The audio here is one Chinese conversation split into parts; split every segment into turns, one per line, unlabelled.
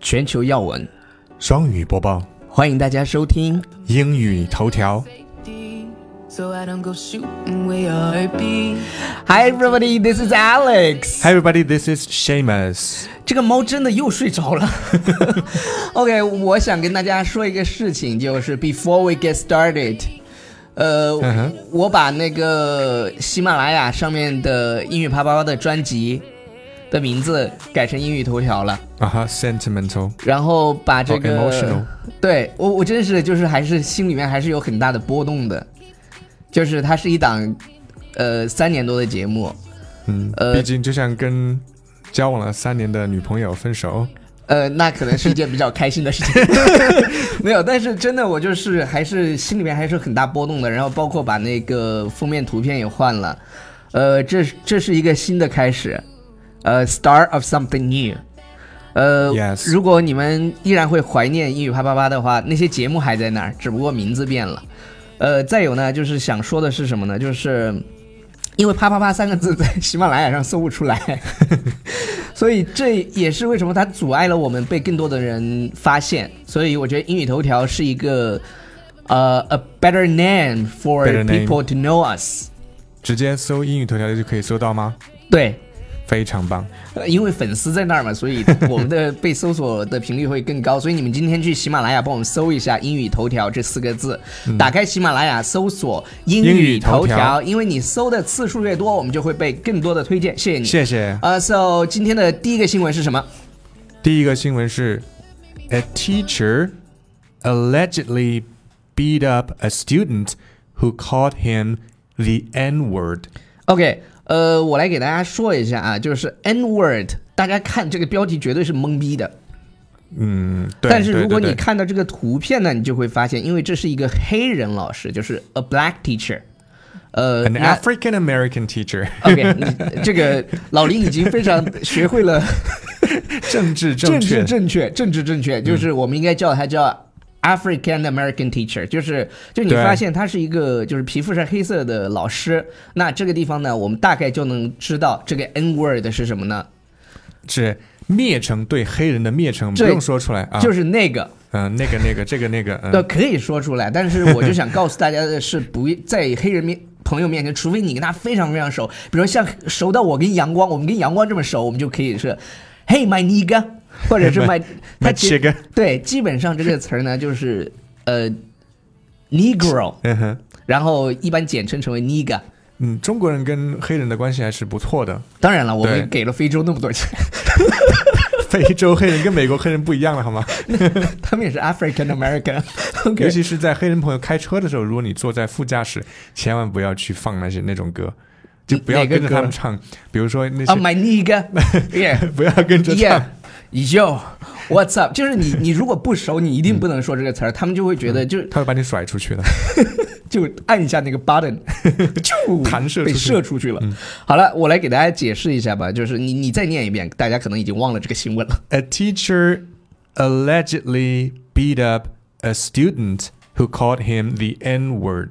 全球要闻，
双语播报，
欢迎大家收听。
英语头条。
So I don't go shooting where I be.
Hi everybody, this is Alex。
Hi everybody, this is Shamus。
这个猫真的又睡着了。OK，我想跟大家说一个事情，就是 Before we get started，呃
嗯哼
我把那个喜马拉雅上面的英语啪啪啪的专辑的名字改成英语头条了。
啊哈，sentimental。
然后把这个、
好 emotional
对我我真是就是还是心里面还是有很大的波动的，就是它是一档呃三年多的节目，
嗯，
呃
Uh, 毕竟就像跟交往了三年的女朋友分手，
呃，那可能是一件比较开心的事情，没有，但是真的我就是还是心里面还是很大波动的，然后包括把那个封面图片也换了，呃，这是这是一个新的开始，呃，start of something new。呃
Yes
如果你们依然会怀念英语啪啪啪的话，那些节目还在那儿，只不过名字变了。呃，再有呢，就是想说的是什么呢？就是因为“啪啪啪”三个字在喜马拉雅上搜不出 来，所以这也是为什么它阻碍了我们被更多的人发现。所以我觉得英语头条是一个呃、a better name for
Better name
people to know us。
直接搜英语头条就可以搜到吗？
对，
非常棒。
呃因为粉丝在那儿嘛，所以我们的被搜索的频率会更高。所以你们今天去喜马拉雅帮我们搜一下“英语头条”这四个字，打开喜马拉雅搜索“英
嗯英语
语
头
头
条
条”，因为你搜的次数越多，我们就会被更多的推荐。谢谢你。
谢谢。
呃、s o 今天的第一个新闻是什么？
第一个新闻是，A teacher allegedly beat up a student who called him the N word。
OK，呃，我来给大家说一下啊，就是 N word，大家看这个标题绝对是懵逼的，
嗯，对。
但是如果
对
你
对对
看到这个图片呢，你就会发现，因为这是一个黑人老师，就是 a black teacher，呃
An
那
African American teacher，
OK，你这个老林已经非常学会了
政治
政
正
治
确，嗯
正确，政治正确，就是我们应该叫他叫 African American teacher，就是就你
对
发现他是一个就是皮肤是黑色的老师，那这个地方呢，我们大概就能知道这个 N word 是什么呢？
是蔑称对黑人的蔑称，不
这
用说出来啊。
就是那个。
嗯，那个那个，这个那个，
呃，
嗯，
可以说出来，但是我就想告诉大家的是，不在黑人面朋友面前，除非你跟他非常非常熟，比如像熟到我跟阳光，我们跟阳光这么熟，我们就可以是，Hey my nigga，或者是 my，他其
这个，
对，基本上这个词儿呢就是呃，Negro，
嗯哼，
然后一般简称成为 nigga。
嗯，中国人跟黑人的关系还是不错的。
当然了，我们
对
给了非洲那么多钱，
非洲黑人跟美国黑人不一样了，好吗？
他们也是 African American。
尤
OK，
其是在黑人朋友开车的时候，如果你坐在副驾驶，千万不要去放那些那种歌，就不要
哪个
跟着他
歌
们唱，比如说那
啊
些，
，my nigga，yeah。
不要跟着
Yeah,
唱。
yo, what's up？就是你，你如果不熟，你一
嗯
定不能说这个词儿，他们就会觉得就
他会把你甩出去的。
就按一下那个 button，就
弹射出去嗯
被射出去了。好了，我来给大家解释一下吧，就是你你再念一遍，大家可能已经忘了这个新闻了。
A teacher allegedly beat up a student who called him the N word。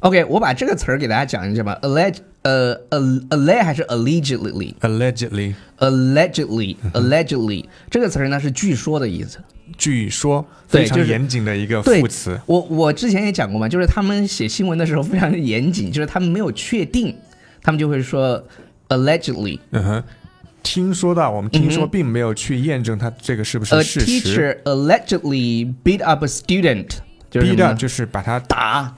OK，我把这个词儿给大家讲一下吧。alleg 呃 al- alleg 还是 allegedly
Allegedly，
allegedly
嗯
allegedly 这个词儿呢是据说的意思。
据说
对
非常
就是
严谨的一个
对
副词。
我我之前也讲过嘛，就是他们写新闻的时候非常严谨，就是他们没有确定，他们就会说 allegedly。
嗯哼，听说到我们听说，并没有去验证它这个是不是
A
事实。
teacher allegedly beat up a student，就是什
beat
么
up 啊
呢
就是把它打，
打，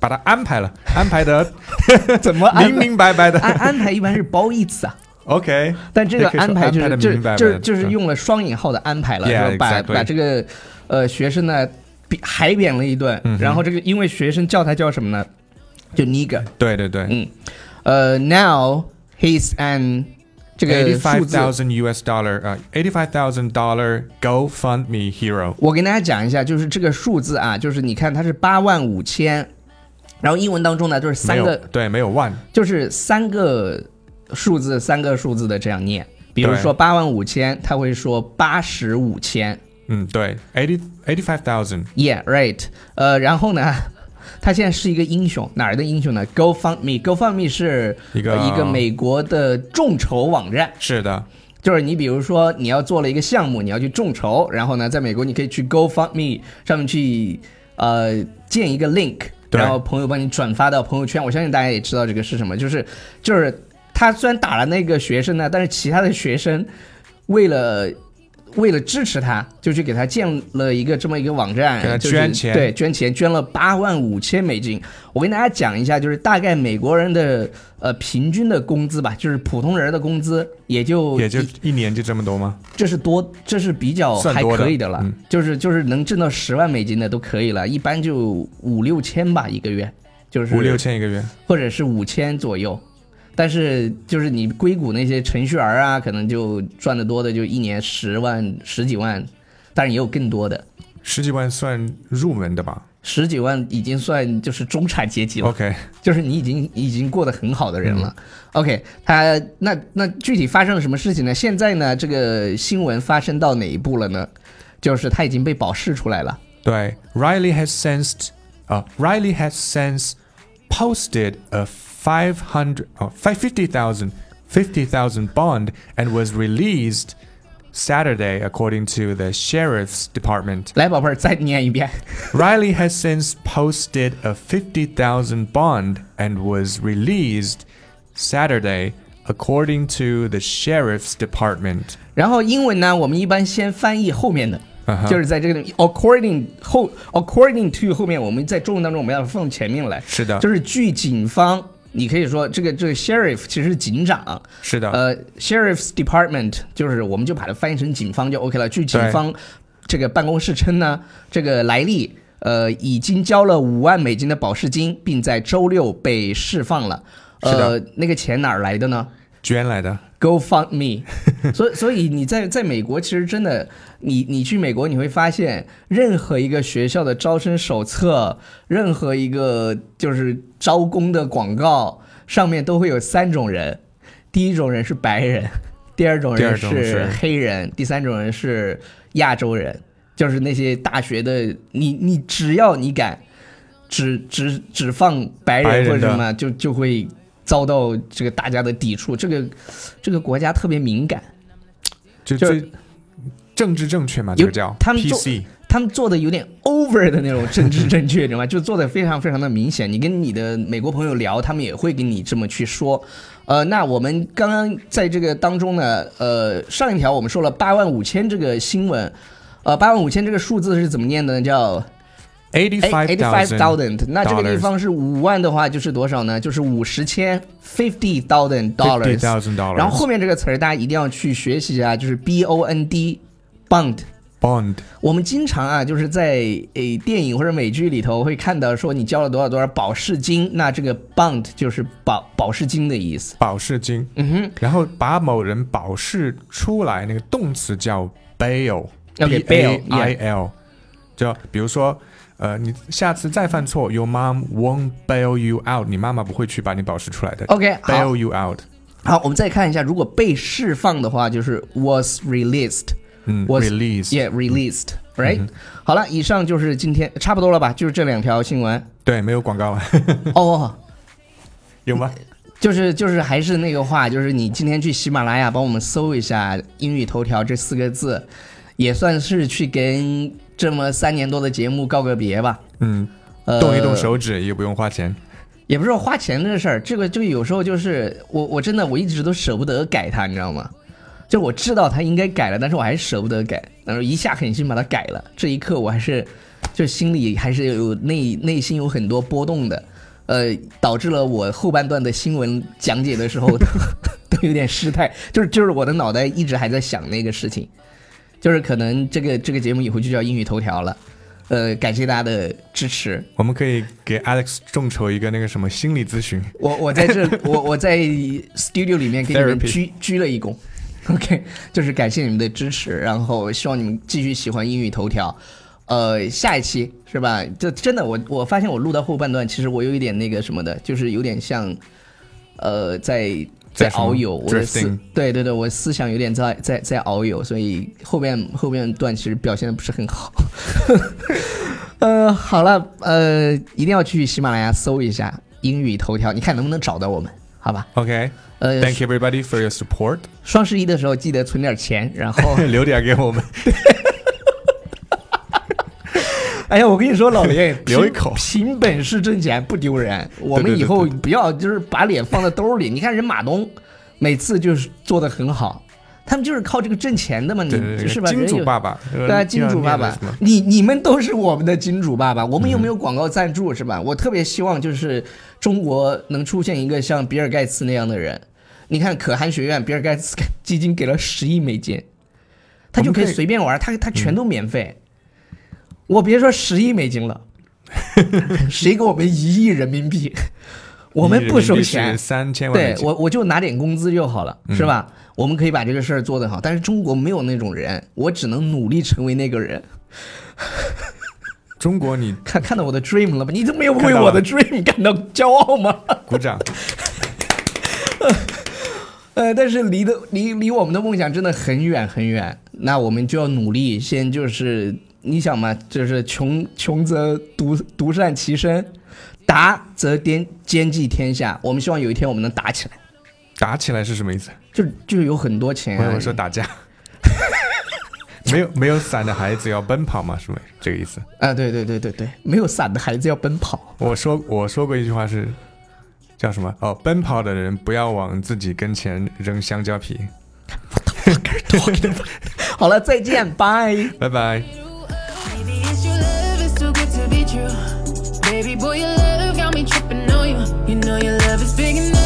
把它安排了，安排的
怎么安
明明白白
安
的。
安排一般是褒义词啊，
OK，
但这个
也可以说
排就
安
是
排得
就是
明白白
就是就是
对
用了双引号的安排了，
Yeah，
就是把
exactly
把这个呃学生呢比海扁了一顿，
嗯
然后这个因为学生叫他叫什么呢？就 nigger，
对对对，
嗯，呃，now he's an 这个
eighty
数
five
字。
thousand US dollar 啊，eighty five thousand dollar GoFundMe hero。
我跟大家讲一下，就是这个数字啊，就是你看它是八万五千，然后英文当中呢就是
没
三
有
个
对，没有 one，
就是三个数字三个数字的这样念。比如
对
说八万五千，他会说八十五千
嗯，对，eighty eighty five thousand，
，Yeah right。呃，然后呢，他现在是一个英雄，哪儿的英雄呢？GoFundMe，GoFundMe 呃是
一个
呃一个美国的众筹网站。
是的，
就是你比如说你要做了一个项目，你要去众筹，然后呢，在美国你可以去 GoFundMe 上面去呃建一个 link，
对
然后朋友帮你转发到朋友圈。我相信大家也知道这个是什么，就是就是他虽然打了那个学生呢，但是其他的学生为了。为了支持他，就去给他建了一个这么一个网站，
给他
就是
捐钱
对，捐钱捐了八万五千美金。我跟大家讲一下，就是大概美国人的呃平均的工资吧，就是普通人的工资也就
也就
哦一
一年就这么多吗？
这是多，这是比较
算
还
多的
可以的了，
嗯
就是就是能挣到十万美金的都可以了，一般就五六千吧一个月，就是
五六千一个月，
或者是五千左右。但是就是你硅谷那些程序员啊，可能就赚得多的就一年十万十几万，但是也有更多的
十几万算入门的吧
十几万已经算就是中产阶级了。
？OK，
就是你已经已经过得很好的人了。OK，他那那具体发生了什么事情呢？现在呢，这个新闻发生到哪一步了呢？就是他已经被保释出来了。
对，Riley has sensed，啊、r i l e y has since posted a five hundred 啊 five fifty thousand fifty thousand bond and was released Saturday, according to the sheriff's department.
来，宝贝儿，再念一遍。
Riley has since posted a 50,000 bond and was released Saturday, according to the sheriff's department.
然后英文呢，我们一般先翻译后面的
嗯哼
就是在这个 according 后 according to 后面，我们在中文当中我们要放前面来。
是的
就是据警方，你可以说这个这个 sheriff 其实是警长，
是的
呃，sheriff's department 就是我们就把它翻译成警方就 OK 了。据警
对
方这个办公室称呢，这个莱利呃已经交了五万美金的保释金，并在周六被释放了。
是的
呃，那个钱哪儿来的呢？
捐来的。
Go fund me，所以 所以你在在美国其实真的，你你去美国你会发现，任何一个学校的招生手册，任何一个就是招工的广告上面都会有三种人，第一种人是白人，第二种
第二
人
种是
是黑人，第三种人是亚洲人，就是那些大学的，你你只要你敢，只只只放白
白
人
人
或者
的
什么，就就会遭到这个大家的抵触，这个这个国家特别敏感，
就-
就-
就-政治正确嘛，
有-
这个叫，
他们做-
PC
他们做的有点 over 的那种政治正确，你知 道吗？就做的非常非常的明显。你跟你的美国朋友聊，他们也会跟你这么去说。呃，那我们刚刚在这个当中呢，呃，上一条我们说了八万五千这个新闻，呃，八万五千这个数字是怎么念的呢？叫哎 eighty five
，85,000
thousand。那这个地方是五万的话，就是多少呢？就是五十千 fifty thousand dollars。
50,000 dollars
然后后面这个词儿大家一定要去学习啊，就是 b o n d bond。
bond
我们经常啊，就是在诶电影或者美剧里头会看到说你交了多少多少保释金，那这个 bond 就是保保释金的意思。
保释金，
嗯哼，
然后把某人保释出来，那个动词叫 bail，
要给
B A
bail，
I L，就比如说，呃，你下次再犯错，Your mom won't bail you out，你妈妈不会去把你保释出来的。
OK，好
bail you out，
好，我们再看一下，如果被释放的话，就是 was released。
嗯
Was-
，release，
Yeah, released, right？、好了，以上就是今天差不多了吧？就是这两条新闻。
对，没有广告了，
哦，
有 吗？
就是就是还是那个话，就是你今天去喜马拉雅帮我们搜一下“英语头条”这四个字，也算是去跟这么三年多的节目告个别吧。
嗯，
呃，
动一动手指也不用花钱。
也不是说花钱这事儿，这个这个有时候就是我我真的我一直都舍不得改它，你知道吗？就我知道它应该改了，但是我还是舍不得改，然后一下狠心把它改了。这一刻我还是就心里还是有内内心有很多波动的，呃，导致了我后半段的新闻讲解的时候 都都有点失态，就是就是我的脑袋一直还在想那个事情，就是可能这个这个节目以后就叫英语头条了，呃，感谢大家的支持。
我们可以给 Alex 众筹一个那个什么心理咨询。
我我在这，我我在 studio 里面给你们
Therapy
鞠鞠了一躬。OK，就是感谢你们的支持，然后希望你们继续喜欢英语头条。呃，下一期是吧？这真的，我我发现我录到后半段，其实我有一点那个什么的，就是有点像，呃，在
在
在
什么
遨游，我的
drifting
思，对对对，我思想有点在在在遨游，所以后面后面段其实表现的不是很好。 呃，好了，呃，一定要去喜马拉雅搜一下英语头条，你看能不能找到我们。好吧？
Okay.
呃
Thank you everybody for your support.，
双十一的时候记得存点钱，然后
留点给我们。
哎呀，我跟你说，老雷
留一
凭
口
凭本事挣钱不丢人。我
对
们
对
以
对
后
对
不要就是把脸放在兜里。你看人马东，每次就是做的很好，他们就是靠这个挣钱的嘛，你
对对对
是吧？
金
人
主
有
爸爸呃
对啊，金主爸爸，你你们都是我们的金主 爸爸，我们有没有广告赞助是吧？我特别希望就是中国能出现一个像比尔盖茨那样的人。你看，可汗学院比尔盖茨基金给了十亿美金，他就可以
我们可以嗯
随便玩，他他全都免费。我别说十亿美 金了，谁给我们一亿人民币？我们不收钱，对我我就拿点工资就好了，
嗯
是吧？我们可以把这个事儿做得好，但是中国没有那种人，我只能努力成为那个人。看看到我的 dream 了吧？你都没有为
看到了
我的 dream 感到骄傲吗？ 呃，但是离的离离我们的梦想真的很远很远，那我们就要努力，先就是你想嘛，就是穷穷则独独善其身，达则兼兼济天下。我们希望有一天我们能打起来，
打起来是什么意思？我以为说打架。
就就有很多钱、啊。
没有没有伞的孩子要奔跑吗？是没这个意思？我说我说过一句话是，叫
啊，对对对对对，没有伞的孩子要奔跑。
什么？哦，奔跑的人不要往自己跟前扔香蕉皮。
好了，再见，拜。
拜拜。
Maybe it's your love, it's too good to be true. Baby boy, your love got me tripping on you. You know your love is big enough.